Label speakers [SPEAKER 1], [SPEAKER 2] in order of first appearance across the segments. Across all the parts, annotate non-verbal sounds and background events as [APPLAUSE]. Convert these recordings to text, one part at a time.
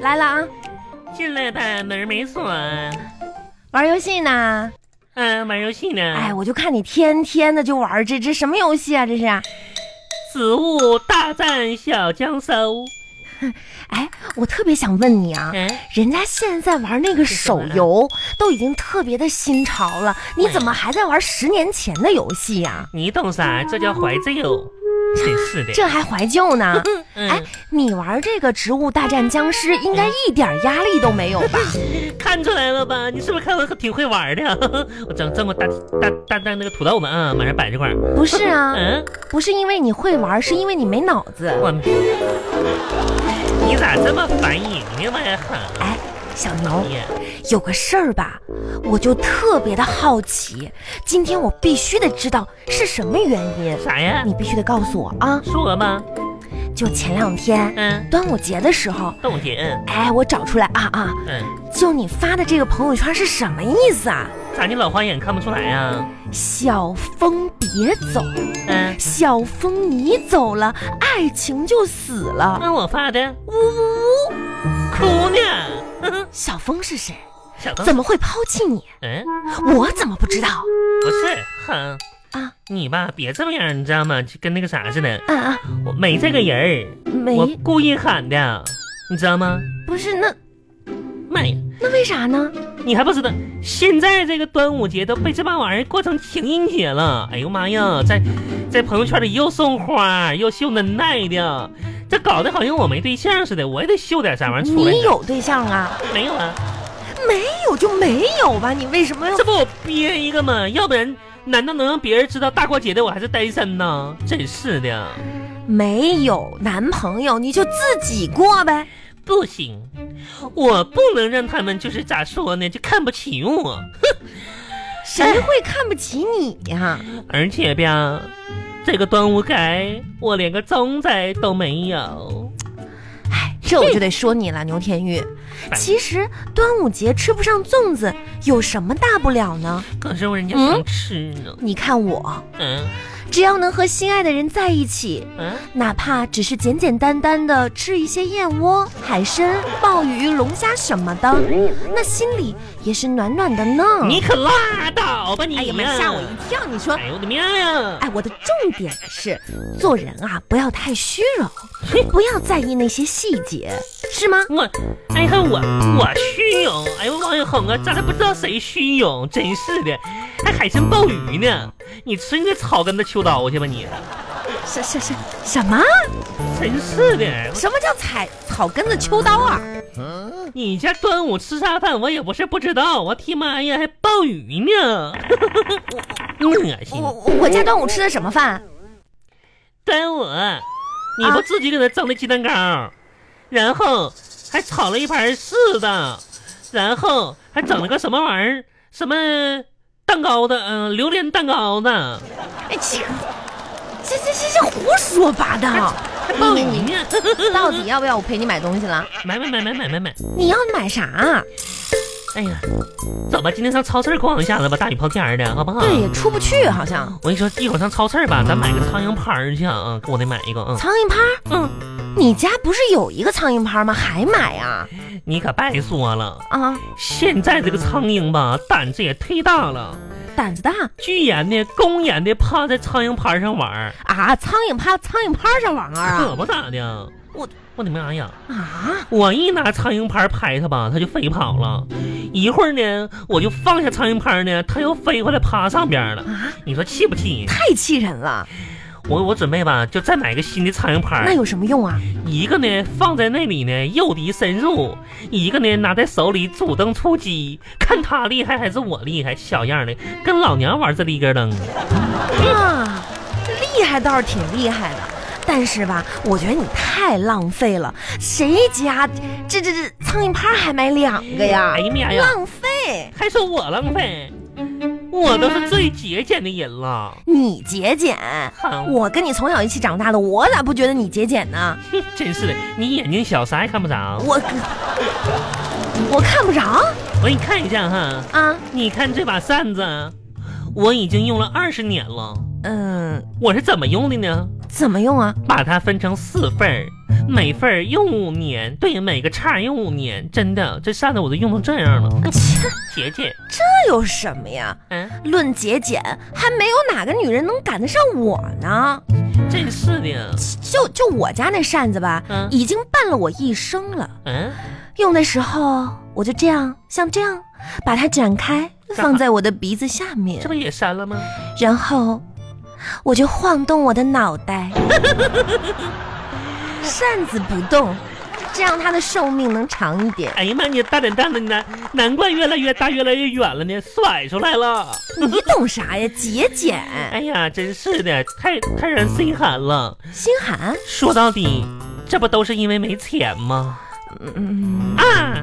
[SPEAKER 1] 来了啊！
[SPEAKER 2] 进来的门没锁啊。
[SPEAKER 1] 玩游戏呢？
[SPEAKER 2] 嗯，玩游戏呢。
[SPEAKER 1] 哎，我就看你天天的就玩这这什么游戏啊？这是？
[SPEAKER 2] 植物大战小江搜。
[SPEAKER 1] 哎，我特别想问你啊，
[SPEAKER 2] 嗯，
[SPEAKER 1] 人家现在玩那个手游都已经特别的新潮了，你怎么还在玩十年前的游戏呀、
[SPEAKER 2] 你懂啥？这叫怀旧。真是
[SPEAKER 1] 嗯
[SPEAKER 2] 的。
[SPEAKER 1] 这还怀旧呢？
[SPEAKER 2] 嗯
[SPEAKER 1] 哎，你玩这个《植物大战僵尸》应该一点压力都没有吧？
[SPEAKER 2] 看出来了吧？你是不是看我挺会玩的？ [LAUGHS] 我整这么大大大大那个土豆们啊，马上摆这块儿。
[SPEAKER 1] 不是啊，
[SPEAKER 2] 嗯，
[SPEAKER 1] 不是因为你会玩，是因为你没脑子。
[SPEAKER 2] 我你咋这么烦人呢？我也很
[SPEAKER 1] 哎，小牛
[SPEAKER 2] 讨，厌。
[SPEAKER 1] 有个事儿吧，我就特别的好奇，今天我必须得知道是什么原因，
[SPEAKER 2] 啥呀？
[SPEAKER 1] 你必须得告诉我啊！
[SPEAKER 2] 说吧。
[SPEAKER 1] 就前两天
[SPEAKER 2] 嗯，
[SPEAKER 1] 端午节的时候，
[SPEAKER 2] 冻结。嗯
[SPEAKER 1] 哎，我找出来啊啊！
[SPEAKER 2] 嗯，
[SPEAKER 1] 就你发的这个朋友圈是什么意思啊？
[SPEAKER 2] 咋你老花眼看不出来呀、
[SPEAKER 1] 小风别走，
[SPEAKER 2] 嗯，
[SPEAKER 1] 小风你走了，爱情就死了。
[SPEAKER 2] 嗯那我发的
[SPEAKER 1] 呜呜呜！
[SPEAKER 2] 哭呢。
[SPEAKER 1] 小风是谁？
[SPEAKER 2] [LAUGHS] 小灯
[SPEAKER 1] 怎，么会抛弃你？
[SPEAKER 2] 嗯，
[SPEAKER 1] 我怎么不知道？
[SPEAKER 2] 不是，哼。
[SPEAKER 1] 啊
[SPEAKER 2] 你吧，别这么样，你知道吗？就跟那个啥似的，
[SPEAKER 1] 啊啊！
[SPEAKER 2] 我没这个人儿，我
[SPEAKER 1] 没，
[SPEAKER 2] 故意喊的，你知道吗？
[SPEAKER 1] 不是那
[SPEAKER 2] 妈呀！
[SPEAKER 1] 那为啥呢？
[SPEAKER 2] 你还不知道，现在这个端午节都被这帮玩意儿过成情人节了。哎呦妈呀，在在朋友圈里又送花又秀恩爱的，这搞得好像我没对象似的，我也得秀点啥玩意儿出来呢。
[SPEAKER 1] 你有对象啊？
[SPEAKER 2] 没有啊？
[SPEAKER 1] 没有就没有吧，你为什么要
[SPEAKER 2] 这？不我憋一个吗？要不然难道能让别人知道大过节的我还是单身呢？真是的，
[SPEAKER 1] 没有男朋友，你就自己过呗。
[SPEAKER 2] 不行，我不能让他们就是咋说呢，就看不起我。
[SPEAKER 1] 谁会看不起你呀、
[SPEAKER 2] 而且吧，这个端午节我连个中在都没有。
[SPEAKER 1] 哎，这我就得说你了，牛天玉。其实端午节吃不上粽子有什么大不了呢？
[SPEAKER 2] 可是我人家
[SPEAKER 1] 嗯
[SPEAKER 2] 能吃呢。
[SPEAKER 1] 你看我，
[SPEAKER 2] 嗯
[SPEAKER 1] 只要能和心爱的人在一起，
[SPEAKER 2] 嗯，
[SPEAKER 1] 哪怕只是简简单单的吃一些燕窝、海参、鲍鱼、龙虾什么的，那心里也是暖暖的呢。
[SPEAKER 2] 你可拉倒吧你！
[SPEAKER 1] 嗯哎呀妈，吓我一！跳！你说
[SPEAKER 2] 哎呦我的妈呀！
[SPEAKER 1] 哎，我的重点是，做人啊，不要太虚荣，不要在意那些细节，是吗？
[SPEAKER 2] 我，哎呀我我虚荣！哎呦王永红啊，咱还不知道谁虚荣，真是的！还海参鲍鱼呢，你吃你个草根子秋刀去吧你！
[SPEAKER 1] 什什什什么？
[SPEAKER 2] 真是的，
[SPEAKER 1] 什么叫踩草根子秋刀啊？
[SPEAKER 2] 你家端午吃啥饭我也不是不知道，我天妈呀，还鲍鱼呢！ [LAUGHS] 嗯恶心！
[SPEAKER 1] 我我家端午吃的什么饭？
[SPEAKER 2] 端午，你
[SPEAKER 1] 啊
[SPEAKER 2] 不自己给他蒸的鸡蛋糕，然后还炒了一盘柿子，然后还整了个什么玩意儿，什么蛋糕的，嗯、榴莲蛋糕的，
[SPEAKER 1] 哎，这这这这这胡说八道！
[SPEAKER 2] 还鲍鱼呢。
[SPEAKER 1] 嗯
[SPEAKER 2] 嗯
[SPEAKER 1] 到底要不要我陪你买东西了？
[SPEAKER 2] 哦买买买买买买买！
[SPEAKER 1] 你要买啥？
[SPEAKER 2] 哎呀，走吧，今天上超市逛一下子吧，大雨泡天儿的，好不好？
[SPEAKER 1] 对，也出不去，好像
[SPEAKER 2] 我跟你说，一会儿上超市吧，咱买个苍蝇拍儿去啊！嗯我得买一个啊、
[SPEAKER 1] 苍蝇拍。嗯，你家不是有一个苍蝇拍吗？还买啊？
[SPEAKER 2] 嗯你可别说了，
[SPEAKER 1] 啊，
[SPEAKER 2] 现在这个苍蝇吧，胆子也忒大了。
[SPEAKER 1] 胆子大
[SPEAKER 2] 居然呢，公然的趴在苍蝇拍上玩儿，
[SPEAKER 1] 啊！苍蝇拍，苍蝇拍上玩儿啊？
[SPEAKER 2] [LAUGHS] 可不咋的。
[SPEAKER 1] 我
[SPEAKER 2] 我的妈呀！
[SPEAKER 1] 啊，
[SPEAKER 2] 我一拿苍蝇拍拍它吧，它就飞跑了。一会儿呢，我就放下苍蝇拍呢，它又飞回来趴上边了。
[SPEAKER 1] 啊
[SPEAKER 2] 你说气不气？
[SPEAKER 1] 太气人了！
[SPEAKER 2] 我我准备吧，就再买个新的苍蝇
[SPEAKER 1] 那
[SPEAKER 2] 拍，
[SPEAKER 1] 有什么用啊？
[SPEAKER 2] 一个呢放在那里呢诱敌深入，一个呢拿在手里主动出击，看他厉害还是我厉害。小样的，跟老娘玩这里根灯。
[SPEAKER 1] 啊，厉害倒是挺厉害的，但是吧，我觉得你太浪费了。谁家这这这苍蝇拍还买两个呀
[SPEAKER 2] 哎？呀妈呀！
[SPEAKER 1] 浪费！
[SPEAKER 2] 还说我浪费，我都是最节俭的人了。
[SPEAKER 1] 你节俭，
[SPEAKER 2] 哼，
[SPEAKER 1] 我跟你从小一起长大的，我咋不觉得你节俭呢？
[SPEAKER 2] 哼真是的，你眼睛小，啥也看不着。
[SPEAKER 1] 我我看不着
[SPEAKER 2] 我给你看一下哈，
[SPEAKER 1] 啊，
[SPEAKER 2] 你看这把扇子，我已经用了二十年了。
[SPEAKER 1] 嗯、
[SPEAKER 2] 我是怎么用的呢？
[SPEAKER 1] 怎么用啊？
[SPEAKER 2] 把它分成四份儿，每份儿用五年，对，每个叉儿用五年，真的，这扇子我都用成这样了。姐姐，
[SPEAKER 1] 这有什么呀？
[SPEAKER 2] 嗯，
[SPEAKER 1] 论节俭，还没有哪个女人能赶得上我呢。
[SPEAKER 2] 真是的，
[SPEAKER 1] 就就我家那扇子吧，
[SPEAKER 2] 嗯
[SPEAKER 1] 已经伴了我一生了。
[SPEAKER 2] 嗯，
[SPEAKER 1] 用的时候，我就这样，像这样，把它展开，
[SPEAKER 2] 干嘛
[SPEAKER 1] 放在我的鼻子下
[SPEAKER 2] 这 [LAUGHS]
[SPEAKER 1] 面，
[SPEAKER 2] 不也删了吗？
[SPEAKER 1] 然后我就晃动我的脑袋， [LAUGHS] 扇子不动，这样它的寿命能长一点。
[SPEAKER 2] 哎呀妈，你大脸蛋子，你难难怪越来越大，越来越远了呢，甩出来了。
[SPEAKER 1] 你懂啥呀？节俭，
[SPEAKER 2] 哎呀，真是的，太太让人心寒了。
[SPEAKER 1] 心
[SPEAKER 2] [LAUGHS]
[SPEAKER 1] 寒。
[SPEAKER 2] 说到底，这不都是因为没钱吗？
[SPEAKER 1] 嗯
[SPEAKER 2] 啊，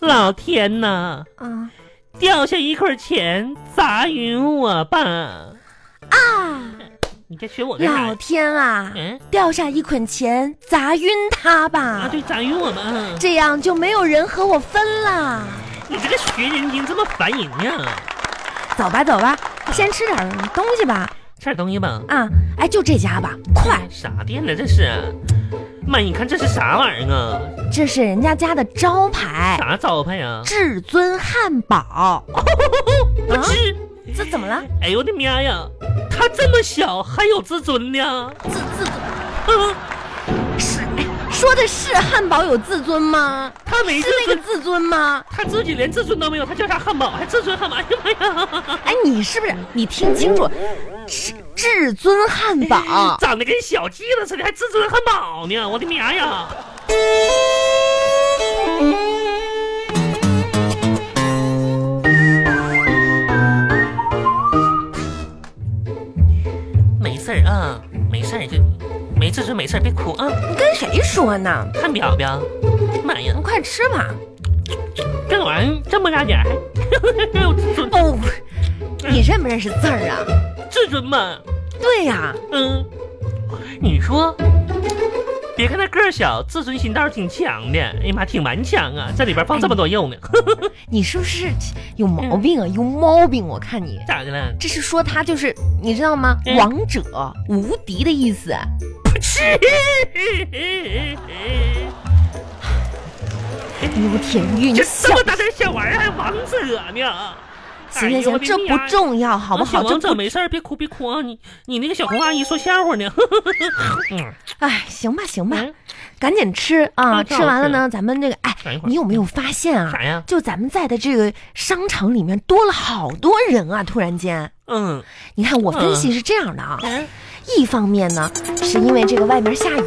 [SPEAKER 2] 老天呐，
[SPEAKER 1] 啊
[SPEAKER 2] 掉下一块钱砸晕我吧！
[SPEAKER 1] 啊！
[SPEAKER 2] 你这学我干啥
[SPEAKER 1] 老
[SPEAKER 2] 呀？
[SPEAKER 1] 天啊，
[SPEAKER 2] 嗯
[SPEAKER 1] 掉下一捆钱砸晕他
[SPEAKER 2] 啊，
[SPEAKER 1] 吧，
[SPEAKER 2] 对，砸晕我吧！
[SPEAKER 1] 这样就没有人和我分啦。
[SPEAKER 2] 你这个学人精这么烦人呀？
[SPEAKER 1] 走吧走吧，先吃点东西吧。
[SPEAKER 2] 吃点东西吧。
[SPEAKER 1] 啊，哎，就这家吧，快，
[SPEAKER 2] 啥店呢？这是？妈，你看这是啥玩意儿啊？
[SPEAKER 1] 这是人家家的招牌，
[SPEAKER 2] 啥招牌呀、
[SPEAKER 1] 至尊汉堡。啊
[SPEAKER 2] 我吃！
[SPEAKER 1] 这怎么了？
[SPEAKER 2] 哎呦我的妈呀，他这么小还有自尊呢？
[SPEAKER 1] 自自
[SPEAKER 2] 嗯，
[SPEAKER 1] 是哎，说的是汉堡有自尊吗？
[SPEAKER 2] 他没
[SPEAKER 1] 是
[SPEAKER 2] 自
[SPEAKER 1] 那
[SPEAKER 2] 尊
[SPEAKER 1] 个，自尊吗？
[SPEAKER 2] 他自己连自尊都没有，他叫啥汉堡？还自尊汉堡？哎呀妈呀，
[SPEAKER 1] 哎，你是不是？你听清楚，至至尊汉堡。
[SPEAKER 2] 长得跟小鸡子似的，还自尊汉堡呢？我的妈呀！没事儿啊，没事儿就没自尊，没事儿别哭啊。
[SPEAKER 1] 你跟谁说呢？
[SPEAKER 2] 看表表，妈呀，
[SPEAKER 1] 你快吃吧。
[SPEAKER 2] 这玩意儿这么大点儿，还 [LAUGHS] 自
[SPEAKER 1] 哦，你认不认识字儿
[SPEAKER 2] [LAUGHS]
[SPEAKER 1] 啊？
[SPEAKER 2] 自尊嘛，
[SPEAKER 1] 对呀、
[SPEAKER 2] 嗯，你说，别看他个儿小，自尊心倒是挺强的，哎呀妈，挺顽强啊，这里边放这么多肉呢， [LAUGHS]
[SPEAKER 1] 你是不是有毛
[SPEAKER 2] 嗯
[SPEAKER 1] 病啊？有毛病！我看你
[SPEAKER 2] 咋的了？ [LAUGHS]
[SPEAKER 1] 这是说他就是你知道吗？
[SPEAKER 2] 嗯
[SPEAKER 1] 王者无敌的意思。刘田玉，你
[SPEAKER 2] 这
[SPEAKER 1] 小
[SPEAKER 2] 这么大点小玩意儿还王者呢？
[SPEAKER 1] 行行
[SPEAKER 2] 哎呦我
[SPEAKER 1] 行，
[SPEAKER 2] 的
[SPEAKER 1] 这不
[SPEAKER 2] 妈呀啊
[SPEAKER 1] 重要，好不好？
[SPEAKER 2] 小
[SPEAKER 1] 这
[SPEAKER 2] 王者
[SPEAKER 1] 不
[SPEAKER 2] 没事儿，别哭别哭啊！你你那个小红阿姨说笑话呢。 [LAUGHS] 嗯
[SPEAKER 1] 哎，行吧行吧，
[SPEAKER 2] 嗯
[SPEAKER 1] 赶紧吃啊！
[SPEAKER 2] 啊这好
[SPEAKER 1] 吃完了呢，咱们这个哎
[SPEAKER 2] 等一会，儿嗯
[SPEAKER 1] 你有没有发现啊？
[SPEAKER 2] 啥呀
[SPEAKER 1] 就咱们在的这个商场里面多了好多人啊！突然间，
[SPEAKER 2] 嗯
[SPEAKER 1] 你看我分析是这样的啊，
[SPEAKER 2] 嗯
[SPEAKER 1] 一方面呢是因为这个外面下雨，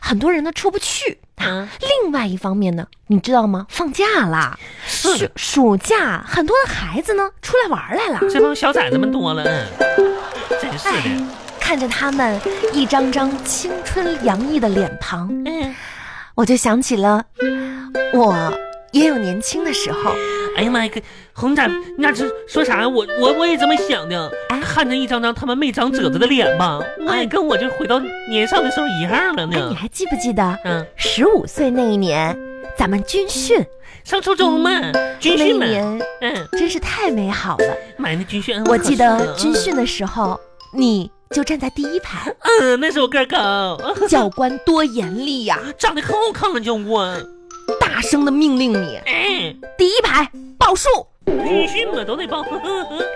[SPEAKER 1] 很多人呢出不去。啊
[SPEAKER 2] 嗯，
[SPEAKER 1] 另外一方面呢，你知道吗？放假啦，
[SPEAKER 2] 是
[SPEAKER 1] 暑
[SPEAKER 2] 的
[SPEAKER 1] 暑假，很多的孩子呢出来玩来了。
[SPEAKER 2] 这帮小崽子们多了，嗯，真是的。
[SPEAKER 1] 看着他们一张张青春洋溢的脸庞，
[SPEAKER 2] 嗯，
[SPEAKER 1] 我就想起了我也有年轻的时候。
[SPEAKER 2] 哎呀妈呀，红仔，你咋这说啥？我我我也这么想的
[SPEAKER 1] 哎，嗯
[SPEAKER 2] 看着一张张他们没长褶子的脸吧，我也跟我就回到年少的时候一样了
[SPEAKER 1] 哎，你
[SPEAKER 2] 呢。
[SPEAKER 1] 还记不记得
[SPEAKER 2] 嗯，
[SPEAKER 1] 十五岁那一年，咱们军训
[SPEAKER 2] 上初中嘛，军训
[SPEAKER 1] 那
[SPEAKER 2] 嘛
[SPEAKER 1] 一，年
[SPEAKER 2] 嗯，
[SPEAKER 1] 真是太美好了。
[SPEAKER 2] 买那军训，
[SPEAKER 1] 我记得军
[SPEAKER 2] 嗯，
[SPEAKER 1] 训的时候，你就站在第一排，
[SPEAKER 2] 嗯，那时候个儿高，嗯
[SPEAKER 1] 教官多严厉呀、
[SPEAKER 2] 长得可好看了，教官。
[SPEAKER 1] 大声的命令你
[SPEAKER 2] 哎，
[SPEAKER 1] 第一排报数。
[SPEAKER 2] 军训嘛都得报。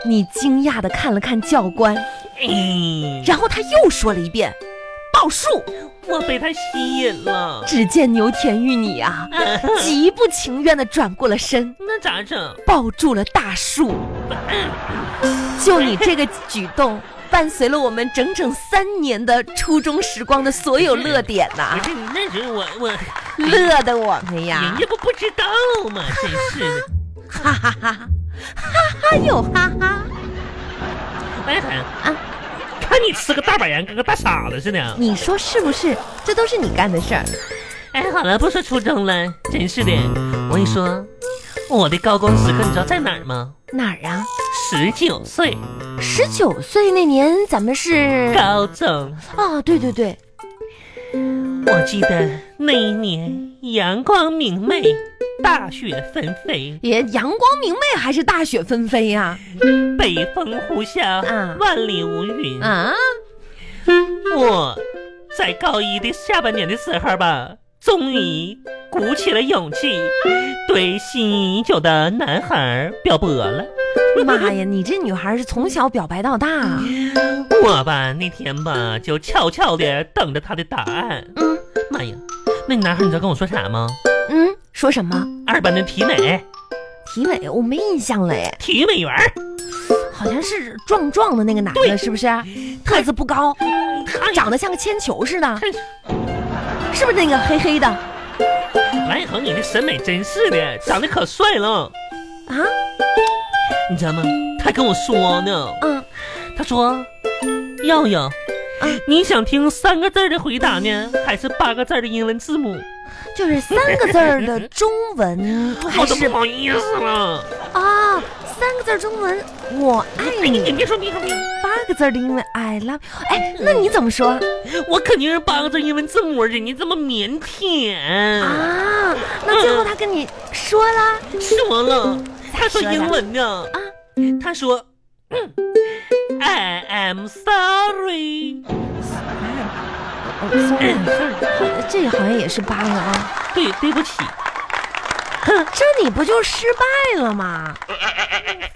[SPEAKER 1] 你惊讶的看了看教官，
[SPEAKER 2] 哎，
[SPEAKER 1] 然后他又说了一遍报数。
[SPEAKER 2] 我被他吸引了，嗯
[SPEAKER 1] 只见牛田玉你啊，极不情愿的转过了身，
[SPEAKER 2] 那咋整？
[SPEAKER 1] 抱住了大树。就你这个举动，伴随了我们整整三年的初中时光的所有乐点呐、
[SPEAKER 2] 不是，那时候我我
[SPEAKER 1] 乐得我们呀
[SPEAKER 2] 人家，不不知道嘛，真是的。
[SPEAKER 1] 哈哈哈哈，哈哈哟哈哈。
[SPEAKER 2] 哎喊啊！看你吃个大板盐，跟个大傻子似的。
[SPEAKER 1] 你说是不是？这都是你干的事儿。
[SPEAKER 2] 哎，好了，不说初中了，真是的。我跟你说，我的高光时刻你知道在哪儿吗？
[SPEAKER 1] 哪儿啊？
[SPEAKER 2] 十九岁，
[SPEAKER 1] 十九岁那年，咱们是
[SPEAKER 2] 高中。
[SPEAKER 1] 哦，对对对，
[SPEAKER 2] 我记得那一年阳光明媚，大雪纷飞，
[SPEAKER 1] 也阳光明媚还是大雪纷飞呀、
[SPEAKER 2] 北风呼啸
[SPEAKER 1] 啊，
[SPEAKER 2] 万里无云。
[SPEAKER 1] 啊？
[SPEAKER 2] 我在高一的下半年的时候吧，终于鼓起了勇气，对心仪已久的男孩表白了。
[SPEAKER 1] 妈呀，你这女孩是从小表白到大啊，
[SPEAKER 2] 我吧那天吧就悄悄的等着他的答案。
[SPEAKER 1] 嗯
[SPEAKER 2] 妈呀，那男孩你知道跟我说啥吗？
[SPEAKER 1] 嗯，说什么
[SPEAKER 2] 二班的体美
[SPEAKER 1] 体委我没印象了哎，
[SPEAKER 2] 体育委员儿，
[SPEAKER 1] 好像是壮壮的那个男的，
[SPEAKER 2] 对
[SPEAKER 1] 是不是？个子不高，
[SPEAKER 2] 他
[SPEAKER 1] 长得像个铅球似的，
[SPEAKER 2] 看
[SPEAKER 1] 是不是那个黑黑的啊？
[SPEAKER 2] 蓝恒，你的审美真是的，长得可帅了，你知道吗？他跟我说呢，
[SPEAKER 1] 嗯，
[SPEAKER 2] 他说：“耀耀，
[SPEAKER 1] 嗯
[SPEAKER 2] 你想听三个字儿的回答呢，还是八个字儿的英文字母？
[SPEAKER 1] 就是三个字儿的中
[SPEAKER 2] [LAUGHS]
[SPEAKER 1] 文，还
[SPEAKER 2] 我都
[SPEAKER 1] 是
[SPEAKER 2] 不好意思了。
[SPEAKER 1] 啊，三个字儿中文我爱
[SPEAKER 2] 哎，你
[SPEAKER 1] 你，
[SPEAKER 2] 你别说，别说，别说，
[SPEAKER 1] 八个字儿的英文 I love you。哎，那你怎么说
[SPEAKER 2] 我肯定是八个字儿英文字母，人家这么腼腆。
[SPEAKER 1] 啊？那最后他跟你说了
[SPEAKER 2] 说了，他
[SPEAKER 1] 咋
[SPEAKER 2] 说
[SPEAKER 1] 说的
[SPEAKER 2] 英文呢，
[SPEAKER 1] 啊？
[SPEAKER 2] 他说、嗯、，I am sorry。嗯
[SPEAKER 1] 哦，sorry，好这好像也是八个
[SPEAKER 2] [LAUGHS]
[SPEAKER 1] 啊。
[SPEAKER 2] 对，对不起，
[SPEAKER 1] 这你不就失败了吗？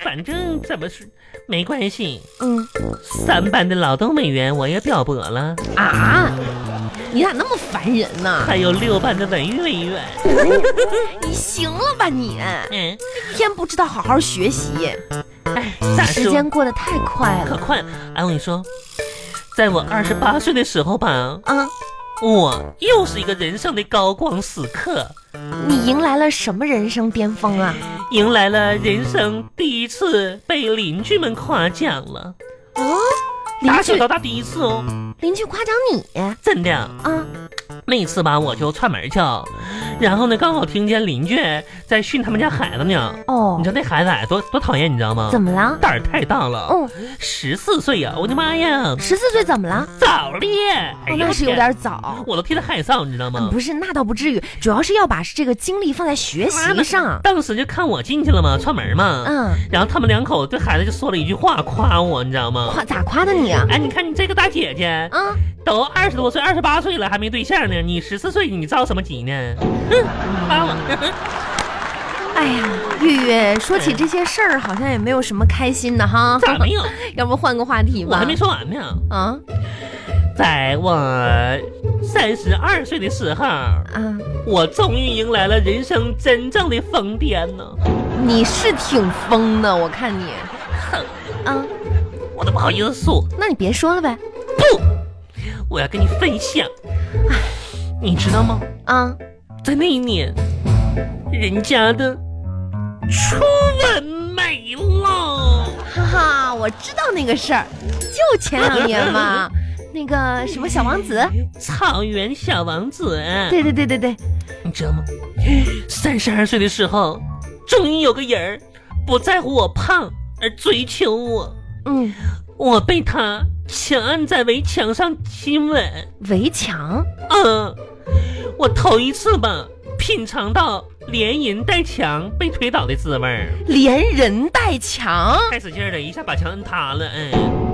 [SPEAKER 2] 反正怎么说没关系。
[SPEAKER 1] 嗯
[SPEAKER 2] 三班的劳动委员我也表白了，
[SPEAKER 1] 啊，你咋那么烦人呢？ [LAUGHS]
[SPEAKER 2] 还有六班的文娱委员。”
[SPEAKER 1] 你行了吧你？
[SPEAKER 2] 嗯，
[SPEAKER 1] 天不知道好好学习，
[SPEAKER 2] 哎，咋
[SPEAKER 1] 时
[SPEAKER 2] 说
[SPEAKER 1] 间过得太快
[SPEAKER 2] 可
[SPEAKER 1] 了。
[SPEAKER 2] 快！哎，我跟你说，在我二十八岁的时候吧，
[SPEAKER 1] 啊，
[SPEAKER 2] 我又是一个人生的高光时刻，
[SPEAKER 1] 你迎来了什么人生巅峰啊？
[SPEAKER 2] 迎来了人生第一次被邻居们夸奖了。
[SPEAKER 1] 哦，邻
[SPEAKER 2] 打小
[SPEAKER 1] 居
[SPEAKER 2] 到大第一次哦，
[SPEAKER 1] 邻居夸奖你
[SPEAKER 2] 真的。
[SPEAKER 1] 啊？
[SPEAKER 2] 那一次吧，我就串门去，哦然后呢，刚好听见邻居在训他们家孩子呢。
[SPEAKER 1] 哦
[SPEAKER 2] 你知，道那孩子啊多多讨厌，你知道吗？
[SPEAKER 1] 怎么了？
[SPEAKER 2] 胆儿太大了，
[SPEAKER 1] 嗯，
[SPEAKER 2] 十四岁呀、我的妈呀，
[SPEAKER 1] 十四岁怎么了？
[SPEAKER 2] 早恋！哎
[SPEAKER 1] 哦，
[SPEAKER 2] 呦
[SPEAKER 1] 那
[SPEAKER 2] 我
[SPEAKER 1] 是有
[SPEAKER 2] 天
[SPEAKER 1] 点早。
[SPEAKER 2] 我都替他害臊，你知道吗？
[SPEAKER 1] 不是，那倒不至于，主要是要把这个精力放在学
[SPEAKER 2] 妈
[SPEAKER 1] 习
[SPEAKER 2] 的
[SPEAKER 1] 上。
[SPEAKER 2] 当时就看我进去了嘛，串门嘛，
[SPEAKER 1] 嗯，
[SPEAKER 2] 然后他们两口对孩子就说了一句话，夸我，你知道吗？
[SPEAKER 1] 夸咋夸的你啊？
[SPEAKER 2] 哎，你看你这个大姐姐，
[SPEAKER 1] 啊，
[SPEAKER 2] 都二十多岁、二十八岁了，还没对象呢，你十四岁，你着什么急呢？哼，夸我，
[SPEAKER 1] 哎呀，月月说起这些事儿，好像也没有什么开心的哈。[LAUGHS]
[SPEAKER 2] 咋没有？
[SPEAKER 1] 要不换个话题
[SPEAKER 2] 我
[SPEAKER 1] 吧
[SPEAKER 2] 还没？说完呢，
[SPEAKER 1] 啊
[SPEAKER 2] 在我三十二岁的时候，
[SPEAKER 1] 啊，
[SPEAKER 2] 我终于迎来了人生真正的疯癫呢，
[SPEAKER 1] 你是挺疯的，我看你。
[SPEAKER 2] 哼，
[SPEAKER 1] 啊，
[SPEAKER 2] 我都不好意思说，
[SPEAKER 1] 那你别说了呗。
[SPEAKER 2] 不，我要跟你分享，你知道吗？
[SPEAKER 1] 啊，
[SPEAKER 2] 在那一年，人家的初吻没了。
[SPEAKER 1] 哈哈，我知道那个事儿，就前两年嘛，那个什么小王
[SPEAKER 2] [LAUGHS]
[SPEAKER 1] 子，
[SPEAKER 2] 草原小王子，
[SPEAKER 1] 对对对对对，
[SPEAKER 2] 你知道吗？三十二岁的时候，终于有个人儿不在乎我胖而追求我，
[SPEAKER 1] 嗯，
[SPEAKER 2] 我被他强按在围墙上亲吻。
[SPEAKER 1] 围墙，
[SPEAKER 2] 嗯，我头一次吧，品尝到连人带墙被推倒的滋味儿，
[SPEAKER 1] 连人带墙。
[SPEAKER 2] 太使劲儿了，一下把墙摁塌了。嗯，